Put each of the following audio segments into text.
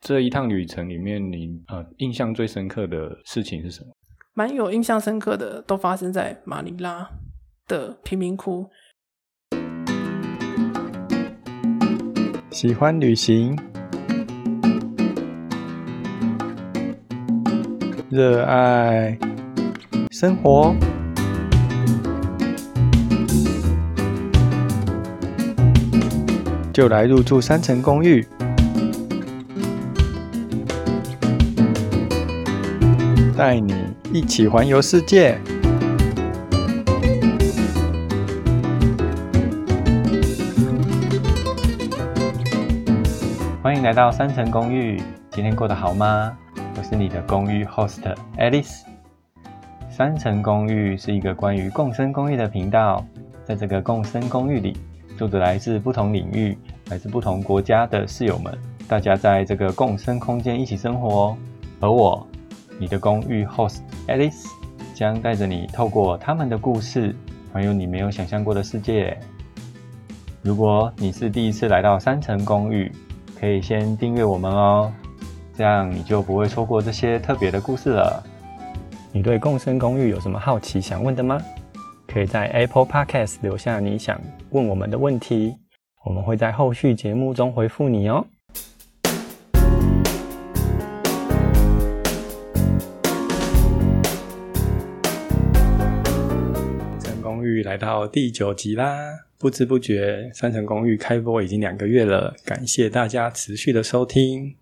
这一趟旅程里面，你呃印象最深刻的事情是什么？蛮有印象深刻的，都发生在马尼拉的贫民窟。喜欢旅行，热爱生活。就来入住三层公寓。带你一起环游世界。欢迎来到三层公寓，今天过得好吗？我是你的公寓 host Alice。三层公寓是一个关于共生公寓的频道，在这个共生公寓里，住着来自不同领域、来自不同国家的室友们，大家在这个共生空间一起生活哦。而我你的公寓 host Alice 将带着你透过他们的故事，环游你没有想象过的世界。如果你是第一次来到三层公寓，可以先订阅我们哦，这样你就不会错过这些特别的故事了。你对共生公寓有什么好奇想问的吗？可以在 Apple Podcast 留下你想问我们的问题，我们会在后续节目中回复你哦。三层公寓来到第九集啦，不知不觉三层公寓开播已经两个月了，感谢大家持续的收听。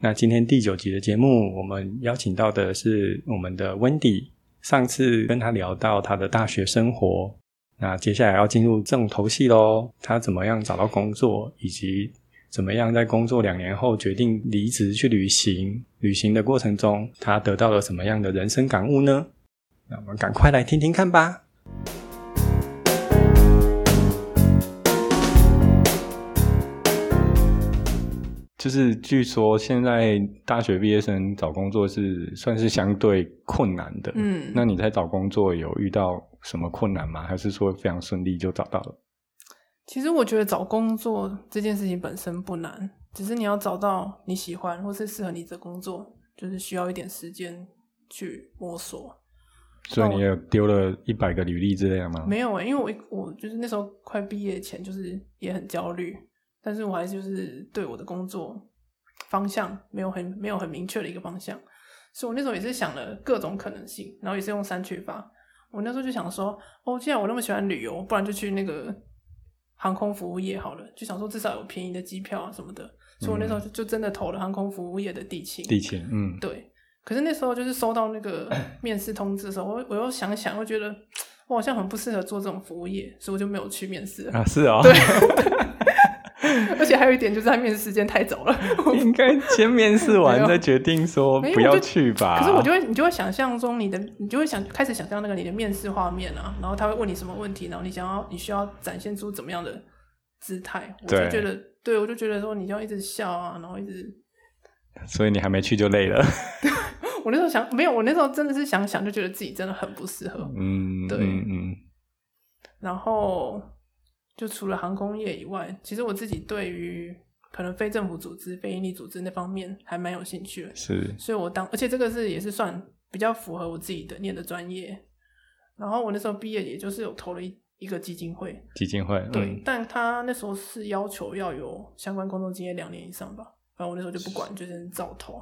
那今天第九集的节目，我们邀请到的是我们的 Wendy。上次跟她聊到她的大学生活，那接下来要进入重头戏喽。她怎么样找到工作，以及怎么样在工作两年后决定离职去旅行？旅行的过程中，她得到了什么样的人生感悟呢？那我们赶快来听听看吧。就是据说现在大学毕业生找工作是算是相对困难的。嗯，那你在找工作有遇到什么困难吗？还是说非常顺利就找到哦了？其实我觉得找工作这件事情本身不难，只是你要找到你喜欢或是适合你的工作，就是需要一点时间去摸索。所以你也丢了一百个履历之类的吗？没有诶、欸因为我我就是那时候快毕业前，就是也很焦虑，但是我还是就是对我的工作方向没有很没有很明确的一个方向，所以我那时候也是想了各种可能性，然后也是用删去法。我那时候就想说，哦，既然我那么喜欢旅游，不然就去那个航空服务业好了，就想说至少有便宜的机票啊什么的。所以我那时候就就真的投了航空服务业的地勤。地勤，嗯，对，可是那时候就是收到 那个面试通知的时候，我我又想想，我觉得我好像很不适合做这种服务业，所以我就没有去面试了。啊，是哦，嗯 而且还有一点就是他面试时间太早了， 应该先面试没完有再决定说没有嗯不我要就去吧。可是我就会你就会想象中你的你就会想开始想象那个你的面试画面啊，然后他会问你什么问题，然后你想要你需要展现出怎么样的姿态，我就对觉得对我就觉得说你要一直笑啊，然后一直所以你还没去就累了。我那时候想没有，我那时候真的是想想就觉得自己真的很不适合，嗯，对嗯嗯，然后就除了航空业以外，其实我自己对于可能非政府组织、非营利组织那方面还蛮有兴趣的，是所以我当而且这个是也是算比较符合我自己的念的专业。然后我那时候毕业，也就是有投了一一个基金会，基金会，对，嗯但他那时候是要求要有相关工作经验两年以上吧，反正我那时候就不管，就是照投，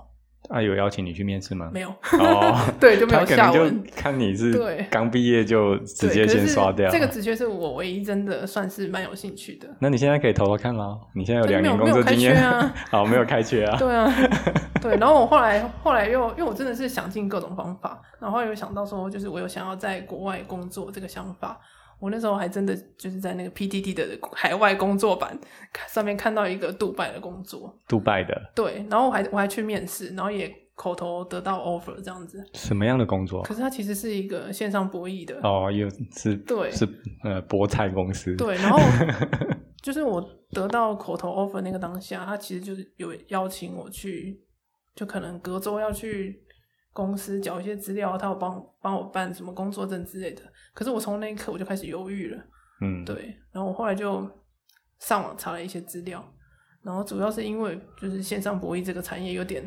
啊，有邀请你去面试吗？没有，，哦 对，就没他有可下能文就。 看你是对刚毕业就直对接可是先刷掉。这个职缺是我唯一真的算是蛮有兴趣的，那你现在可以投投看啦，你现在有对两没有年工作经验没有 开缺啊，好，没有开缺啊。 对啊，对。然后我后来后来又因为我真的是想尽各种方法，然后有想到说，就是我有想要在国外工作这个想法。我那时候还真的就是在那个 PTT 的海外工作版看上面看到一个杜拜的工作，杜拜的对，然后我还我还去面试，然后也口头得到 offer 这样子。什么样的工作可？是它其实是一个线上博弈的，哦，又是对是呃菠菜公司。对， 然后就是我得到口头 offer 那个当下，他其实就是有邀请我去，就可能隔周要去公司缴一些资料，他有帮帮我办什么工作证之类的。可是我从那一刻我就开始犹豫了，嗯，对，然后我后来就上网查了一些资料，然后主要是因为就是线上博弈这个产业有点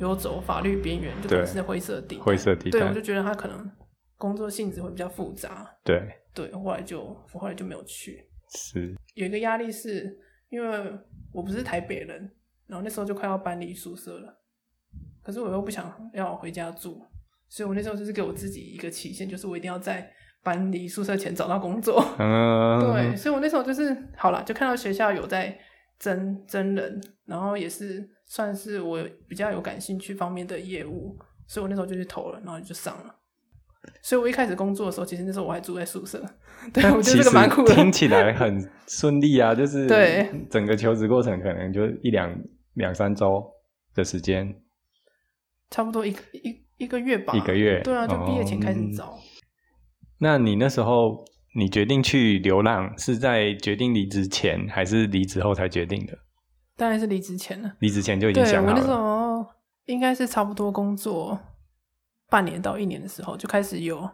游走法律边缘，就对是灰色地带灰色地对，我带就，觉得他可能工作性质会比较复杂，对，对，后来就我后来就没有去。是，有一个压力是因为我不是台北人，然后那时候就快要搬离宿舍了，可是我又不想要回家住，所以我那时候就是给我自己一个期限，就是我一定要在搬离宿舍前找到工作。嗯，对，，所以我那时候就是好了，就看到学校有在征征人，然后也是算是我比较有感兴趣方面的业务，所以我那时候就去投了，然后就上了。所以我一开始工作的时候，其实那时候我还住在宿舍，对我觉得其这实个蛮酷的。听起来很顺利啊，就是对整个求职过程可能就一两两三周的时间，差不多一个一一个月吧，一个月对啊，就毕业前开始哦找。那你那时候你决定去流浪，是在决定离职前还是离职后才决定的？当然是离职前了。离职前就已对经想我好那时了，候应该是差不多工作半年到一年的时候，就开始有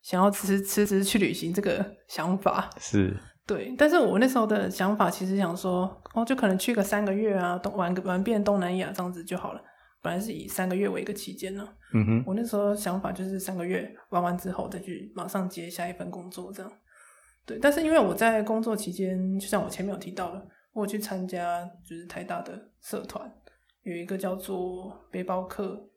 想要辞辞职去旅行这个想法。是对，但是我那时候的想法其实想说，哦，就可能去个三个月啊，东玩个玩遍东南亚这样子就好了。本来是以三个月为一个期间呢、嗯哼，我那时候想法就是三个月玩完之后再去马上接下一份工作这样。对，但是因为我在工作期间，就像我前面有提到了，我有去参加就是台大的社团，有一个叫做背包客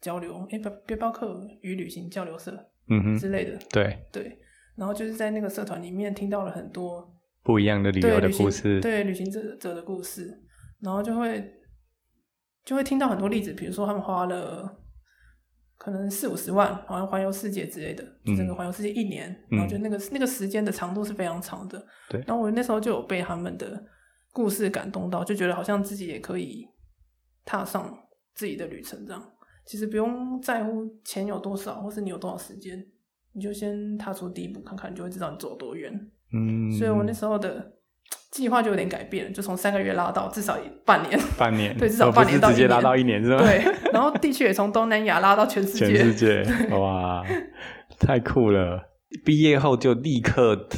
交流，哎、不，背包客与旅行交流社嗯哼，之类的。对，对，然后就是在那个社团里面听到了很多不一样的旅对游的旅行故事，对旅行者者的故事，然后就会就会听到很多例子，比如说他们花了可能四五十万，好像环游世界之类的，就整个嗯环游世界一年，然后就那个那个时间的长度是非常长的。对然后我那时候就有被他们的故事感动到，就觉得好像自己也可以踏上自己的旅程这样。其实不用在乎钱有多少，或是你有多少时间，你就先踏出第一步看看，你就会知道你走多远。嗯，所以我那时候的计划就有点改变了，就从三个月拉到至少半年。半年，对至少而不半年是到直接一拉年到一年是吗？ 对，然后地区也从东南亚拉到全世全世界。界，哇，太酷了！毕业后就立刻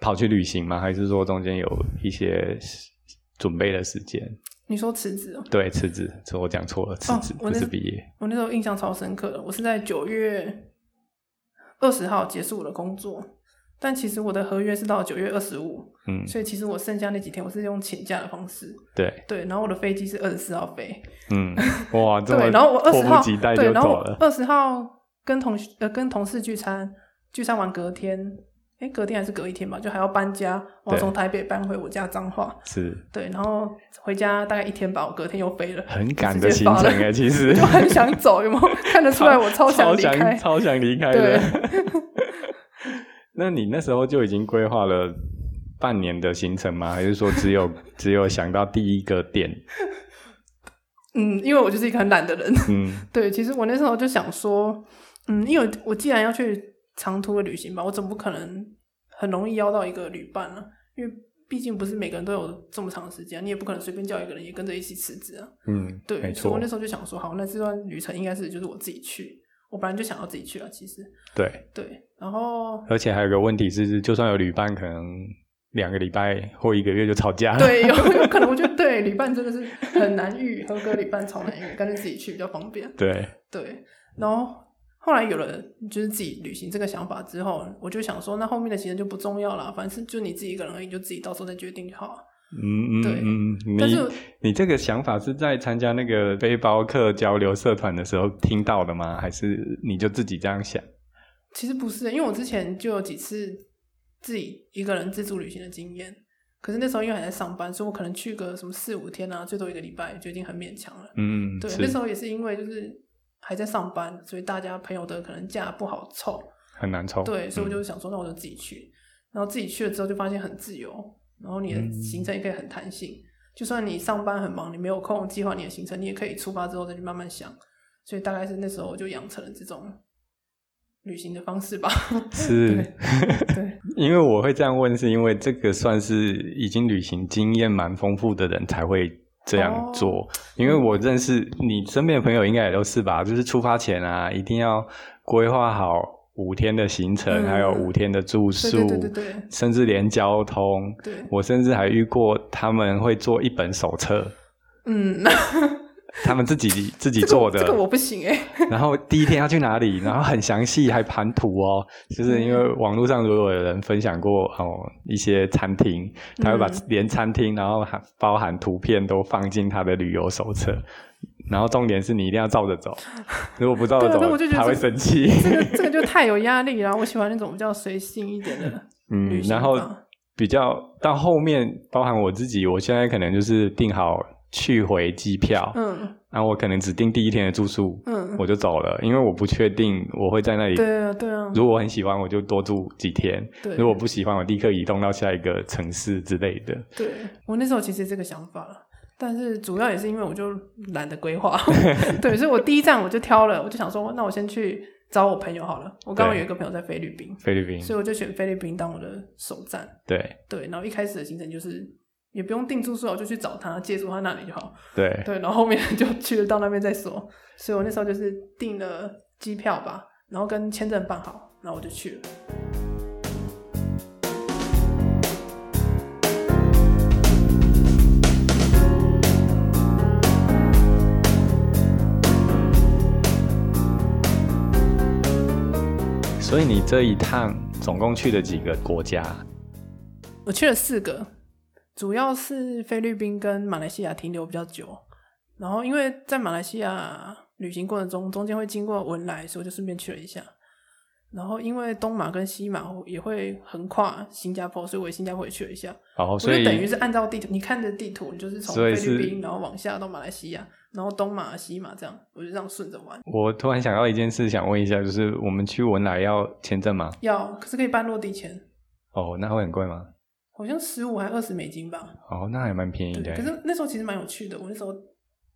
跑去旅行吗？还是说中间有一些准备的时间？ 你说辞职哦，对，辞职，是我讲错了，辞职、我不那是毕业。我那时候印象超深刻的，我是在九月二十号结束我的工作，但其实我的合约是到九月二十五，嗯，所以其实我剩下那几天我是用请假的方式。对，对，然后我的飞机是二十四号飞，嗯，哇，这么对，然后我二迫十不号及待对，就然后走我了，二十号跟同学呃跟同事聚餐，聚餐完隔天，哎，隔天还是隔一天吧，就还要搬家，我要对从台北搬回我家彰化，是对，然后回家大概一天吧，我隔天又飞了，很赶直的接行发程了哎、其 实就很想走，有没有看得出来我 超超离开？超想离开的。 那你那时候就已经规划了半年的行程吗？还是说只 有只有想到第一个点？嗯，因为我就是一个很懒的人，嗯，对，其实我那时候就想说，嗯，因为我既然要去长途的旅行吧，我总不可能很容易邀到一个旅伴啊，因为毕竟不是每个人都有这么长的时间，你也不可能随便叫一个人也跟着一起辞职啊。嗯，没对，所以错我那，时候就想说，好，那这段旅程应该是就是我自己去，我本来就想要自己去了，其实对。对，然后。而且还有个问题是，就算有旅伴，可能两个礼拜或一个月就吵架。，对，有有可能，我觉得对旅伴真的是很难遇，合格旅伴超难遇，干脆自己去比较方便。 对，对，然后后来有了就是自己旅行这个想法之后，我就想说，那后面的行程就不重要了，反正就你自己一个人而已，你就自己到时候再决定就好了。嗯嗯对嗯，但你是你这个想法是在参加那个背包客交流社团的时候听到的吗？还是你就自己这样想？其实不是，因为我之前就有几次自己一个人自助旅行的经验，可是那时候因为还在上班，所以我可能去个什么四五天啊，最多一个礼拜就已经很勉强了。嗯，对，是那时候也是因为就是还在上班，所以大家朋友的可能假不好凑，很难抽。对，所以嗯我就想说，那我就自己去。然后自己去了之后，就发现很自由，然后你的行程也可以很弹性。就算你上班很忙，你没有空计划你的行程，你也可以出发之后再去慢慢想。所以大概是那时候我就养成了这种旅行的方式吧。是对，对， 因为我会这样问，是因为这个算是已经旅行经验蛮丰富的人才会这哦样做。因为我认识你身边的朋友，应该也都是吧，就是出发前啊，一定要规划好五天的行程，嗯还有五天的住对宿，对对对对甚至连交通。对，我甚至还遇过他们会做一本手册，嗯，他们自己自己这个做的。这个我不行哎、然后第一天要去哪里，然后很详细，还盘图哦。就是因为网络上如果有人分享过哦一些餐厅，他会把嗯连餐厅，然后含包含图片都放进他的旅游手册。然后重点是你一定要照着走，如果不照着对啊走那我就，觉得他会这生气。这个这个就太有压力了。我喜欢那种比较随性一点的 嗯旅，行然后法比较到后面，包含我自己，我现在可能就是订好去回机票，嗯然后我可能只订第一天的住宿，嗯，我就走了，因为我不确定我会在那里。对啊对啊，如果我很喜欢，我就多住几天；对如果不喜欢，我立刻移动到下一个城市之类的。对我那时候其实这个想法，但是主要也是因为我就懒得 规划，对，所以我第一站我就挑了，我就想说，那我先去找我朋友好了。我刚好对嗯有一个朋友在菲律宾，菲律宾，所以我就选菲律宾当我的首站。对对，然后一开始的行程就是也不用订住宿啊，我就去找他借住他那里就好。对对，然后后面 就去了到那边再说。所以我那时候就是订了机票吧，然后跟签证办好，然后我就去了。所以你这一趟总共去了几个国家？我去了四个，主要是菲律宾跟马来西亚停留比较久。然后因为在马来西亚旅行过程中，中间会经过文莱，所以我就顺便去了一下。然后因为东马跟西马也会横跨新加坡，所以我也新加坡也去了一下。哦，我所就以等于是按照地图，你看着地图，你就是从所菲以是律宾，然后往下到马来西亚，然后东马、西马这样，我就这样顺着玩。我突然想到一件事，想问一下，就是我们去文莱要签证吗？要可是可以办落地签，哦，那会很贵吗？好像十五还二十美金吧。哦，那还蛮便宜对，的可。是那时候其实蛮有趣的。我那时候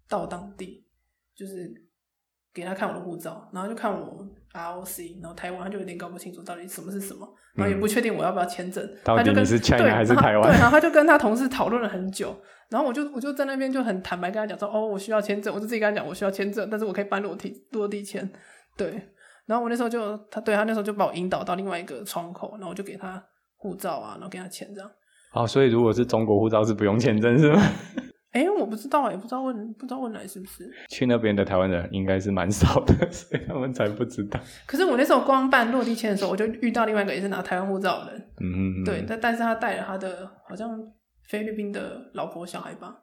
到当地，就是给他看我的护照，然后就看我 ROC，然后台湾他就有点搞不清楚到底什么是什么，然后也不确定我要不要签证。嗯到底他就跟你是 China 对还是台湾然后对，然后他就跟他同事讨论了很久。然后我就我就在那边就很坦白跟他讲说，哦，我需要签证，我就自己跟他讲我需要签证，但是我可以办落地落地签，对。然后我那时候就他对他那时候就把我引导到另外一个窗口，然后我就给他护照啊，然后给他签这样。哦，所以如果是中国护照是不用签证是吗？ 哎、我不知道哎、不知道问不知道问来是不是？去那边的台湾人应该是蛮少的，所以他们才不知道。可是我那时候光办落地签的时候，我就遇到另外一个也是拿台湾护照的人，嗯，嗯对，，但但是他带了他的好像菲律宾的老婆小孩吧，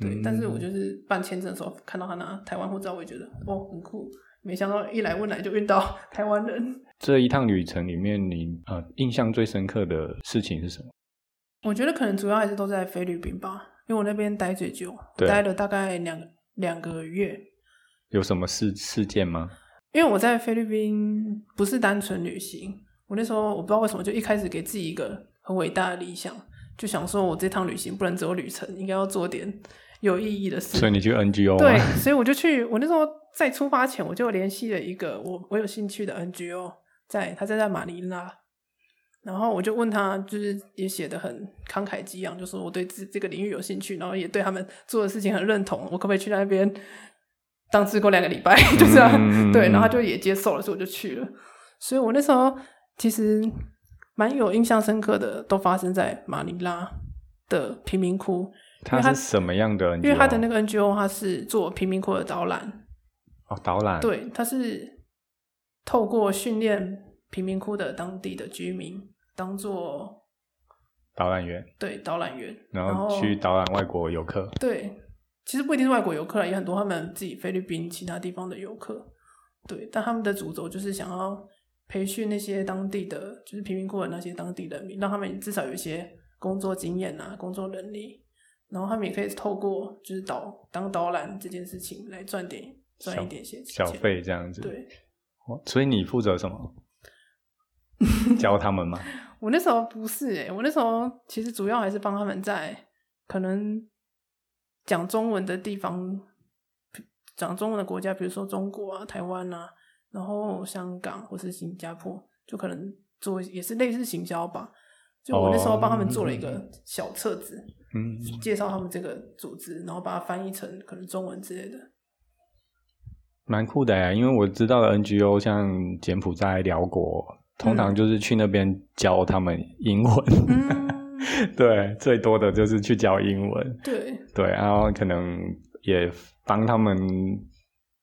对，嗯但是我就是办签证的时候看到他拿台湾护照，我也觉得哦很酷，没想到一来问来就遇到台湾人，这一趟旅程里面你，呃印象最深刻的事情是什么？我觉得可能主要还是都在菲律宾吧，因为我那边待最久，对待了大概两两个月，有什么事事件 吗？因为我在菲律宾不是单纯旅行，我那时候我不知道为什么，就一开始给自己一个很伟大的理想，就想说我这趟旅行不能只有旅程，应该要做点有意义的事。所以你去 NGO 对吗？，所以我就去，我那时候在出发前我就联系了一个我我有兴趣的 NGO，在他在在马尼拉，然后我就问他，就是也写的很慷慨激昂，就说我对这这个领域有兴趣，然后也对他们做的事情很认同，我可不可以去那边当志工两个礼拜？ 就这样，嗯嗯嗯对，然后他就也接受了，所以我就去了。所以我那时候其实蛮有印象深刻的，都发生在马尼拉的贫民窟，因它为它是什么样的 NGO？因为他的那个 NGO 他是做贫民窟的导览，哦导览，，对，他是透过训练贫民窟的当地的居民当做导览员，对导览员，然后后去导览外国游客。对，其实不一定是外国游客啦，也很多他们自己菲律宾其他地方的游客，对，但他们的主轴就是想要培训那些当地的就是贫民窟的那些当地人民，让他们至少有一些工作经验啊，工作能力，然后他们也可以透过就是导当导览这件事情来赚点赚一点些小钱，费这样子，对。哦。所以你负责什 么？教他们吗？我那时候不是诶、我那时候其实主要还是帮他们在可能讲中文的地方，讲中文的国家，比如说中国啊、台湾啊，然后香港或是新加坡，就可能做也是类似行销吧。就我那时候帮他们做了一个小册子，嗯，介绍他们这个组织，然后把它翻译成可能中文之类的。蛮酷的欸，因为我知道的 NGO 像柬埔寨、辽国，通常就是去那边教他们英文。 嗯，对，最多的就是去教英文。对，对，然后可能也帮他们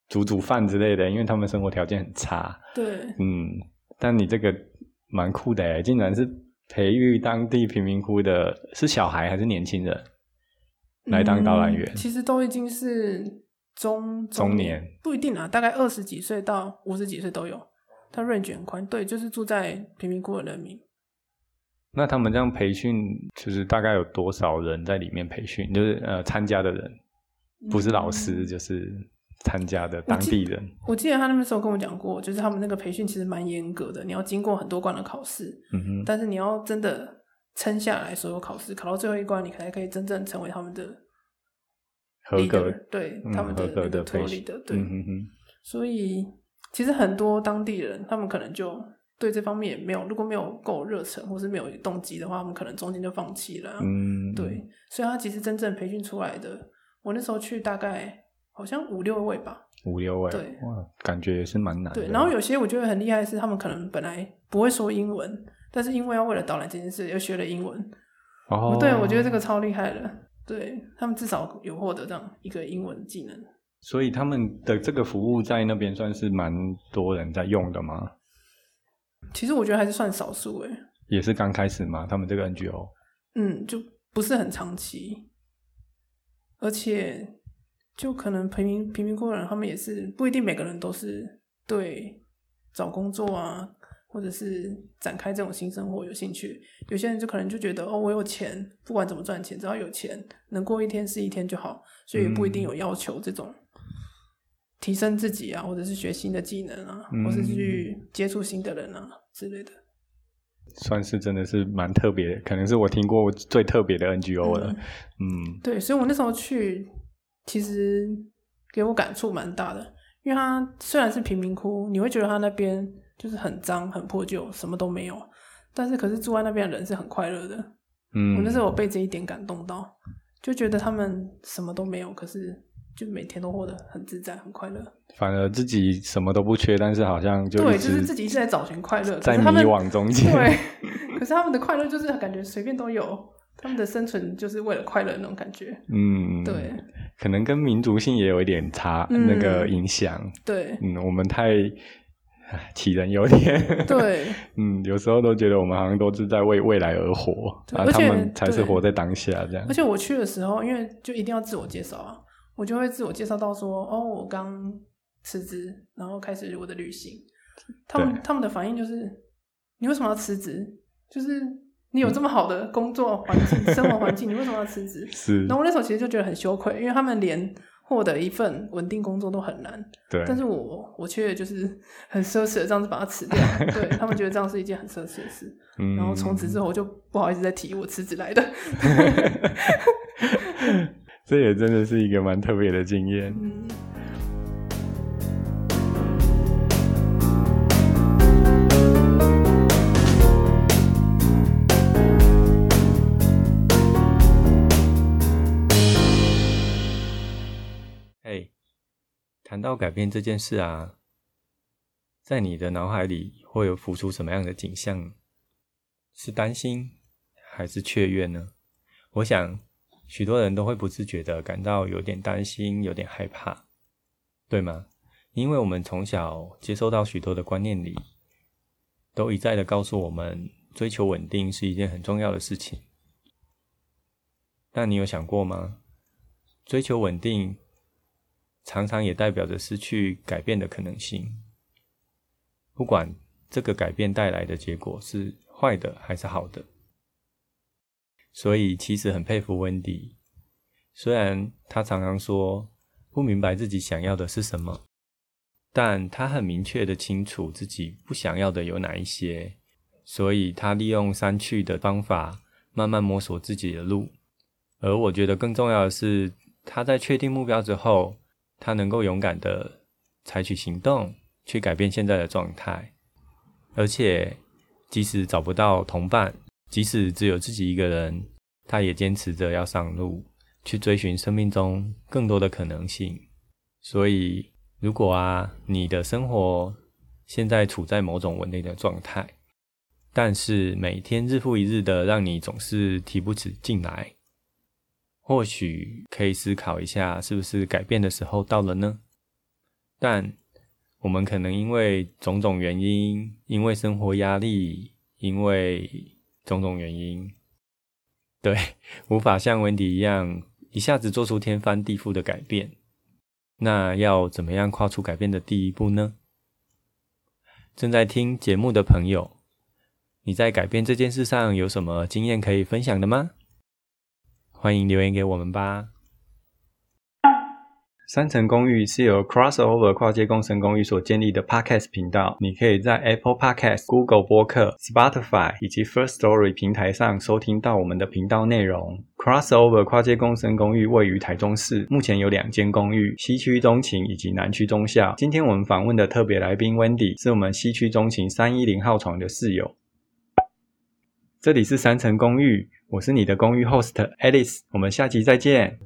煮煮饭之类的，因为他们生活条件很差。对，嗯，但你这个蛮酷的哎，竟然是培育当地贫民窟的，是小孩还是年轻人来当导览员？嗯其实都已经是中中年，不一定啊，大概二十几岁到五十几岁都有，他 range 很宽。对，就是住在贫民窟的人民，那他们这样培训，就是大概有多少人在里面培训？就是呃，参加的人不是老嗯师，就是参加的当地人。我记得他那时候跟我讲过，就是他们那个培训其实蛮严格的，你要经过很多关的考试，嗯哼，但是你要真的撑下来所有考试，考到最后一关，你才可以真正成为他们的合格 leader，对、嗯他们的合格那的个 t 培 o 训的，对，嗯哼哼，所以其实很多当地人，他们可能就对这方面也没有，如果没有够热忱或是没有动机的话，他们可能中间就放弃了啊、嗯，对，所以他其实真正培训出来的，我那时候去大概好像五六位吧。五六位，对哇，感觉也是蛮难的。对，然后有些我觉得很厉害的是，他们可能本来不会说英文，但是因为要为了导览这件事，又学了英文。哦，对，我觉得这个超厉害的。对他们至少有获得这样一个英文技能。所以他们的这个服务在那边算是蛮多人在用的吗？其实我觉得还是算少数诶，也是刚开始吗？他们这个 NGO 嗯，就不是很长期，而且就可能贫民贫民窟的人，他们也是不一定每个人都是对找工作啊，或者是展开这种新生活有兴趣。有些人就可能就觉得哦，我有钱，不管怎么赚钱，只要有钱，能过一天是一天就好，所以也不一定有要求这种提升自己啊，或者是学新的技能啊，或是去接触新的人啊之类的。算是真的是蛮特别的，可能是我听过最特别的 NGO 了。嗯对，所以我那时候去，其实给我感触蛮大的，因为它虽然是贫民窟，你会觉得它那边就是很脏、很破旧，什么都没有，但是可是住在那边的人是很快乐的。嗯，我那时候有被这一点感动到，就觉得他们什么都没有，可是就每天都活得很自在、很快乐。反而自己什么都不缺，但是好像就对，一就是直自己一直在找寻快乐，可在是迷他们惘 中间。对，可是他们的快乐就是感觉随便都有，他们的生存就是为了快乐那种感觉。嗯，对，可能跟民族性也有一点差、嗯那个影响。对 嗯，我们太唉杞人忧天。，对。嗯，有时候都觉得我们好像都是在为未来而活，对然后他而且们才是对活在当下这样而。且我去的时候，因为就一定要自我介绍啊，我就会自我介绍到说，哦，我刚辞职，然后开始我的旅行。他们对他们的反应就是，你为什么要辞职？就是你有这么好的工作环 境、生活环境，你为什么要辞职？是然，后我那时候其实就觉得很羞愧，因为他们连获得一份稳定工作都很难，对，但是我我却就是很奢侈的这样子把它 辞掉，对他们觉得这样是一件很奢侈的事。嗯然后从此之后，我就不好意思再提我辞职来的。这也真的是一个蛮特别的经验。嗯。哎，谈到改变这件事啊，在你的脑海里会有浮出什么样的景象？是担心还是雀跃呢？我想，许多人都会不自觉的感到有点担心，有点害怕，对吗？因为我们从小接收到许多的观念里，都一再的告诉我们，追求稳定是一件很重要的事情。但你有想过吗？追求稳定，常常也代表着失去改变的可能性。不管这个改变带来的结果是坏的还是好的，所以其实很佩服温迪。虽然他常常说不明白自己想要的是什么，但他很明确的清楚自己不想要的有哪一些，所以他利用删去的方法，慢慢摸索自己的路。而我觉得更重要的是，他在确定目标之后，他能够勇敢的采取行动，去改变现在的状态。而且，即使找不到同伴，即使只有自己一个人，他也坚持着要上路，去追寻生命中更多的可能性。所以，如果啊，你的生活现在处在某种稳定的状态，但是每天日复一日的让你总是提不起劲来，或许可以思考一下，是不是改变的时候到了呢？但我们可能因为种种原因，因为生活压力，因为种种原因，对，无法像温迪一样一下子做出天翻地覆的改变。那要怎么样跨出改变的第一步呢？正在听节目的朋友，你在改变这件事上有什么经验可以分享的吗？欢迎留言给我们吧。三层公寓是由 Crossover 跨界共生公寓所建立的 Podcast 频道。你可以在 Apple Podcast、Google 播客、Spotify 以及 First Story 平台上收听到我们的频道内容。Crossover 跨界共生公寓位于台中市，目前有两间公寓，西区中情以及南区中校。今天我们访问的特别来宾 Wendy 是我们西区中情三一零号床的室友。这里是三层公寓，我是你的公寓 host Alice，我们下集再见。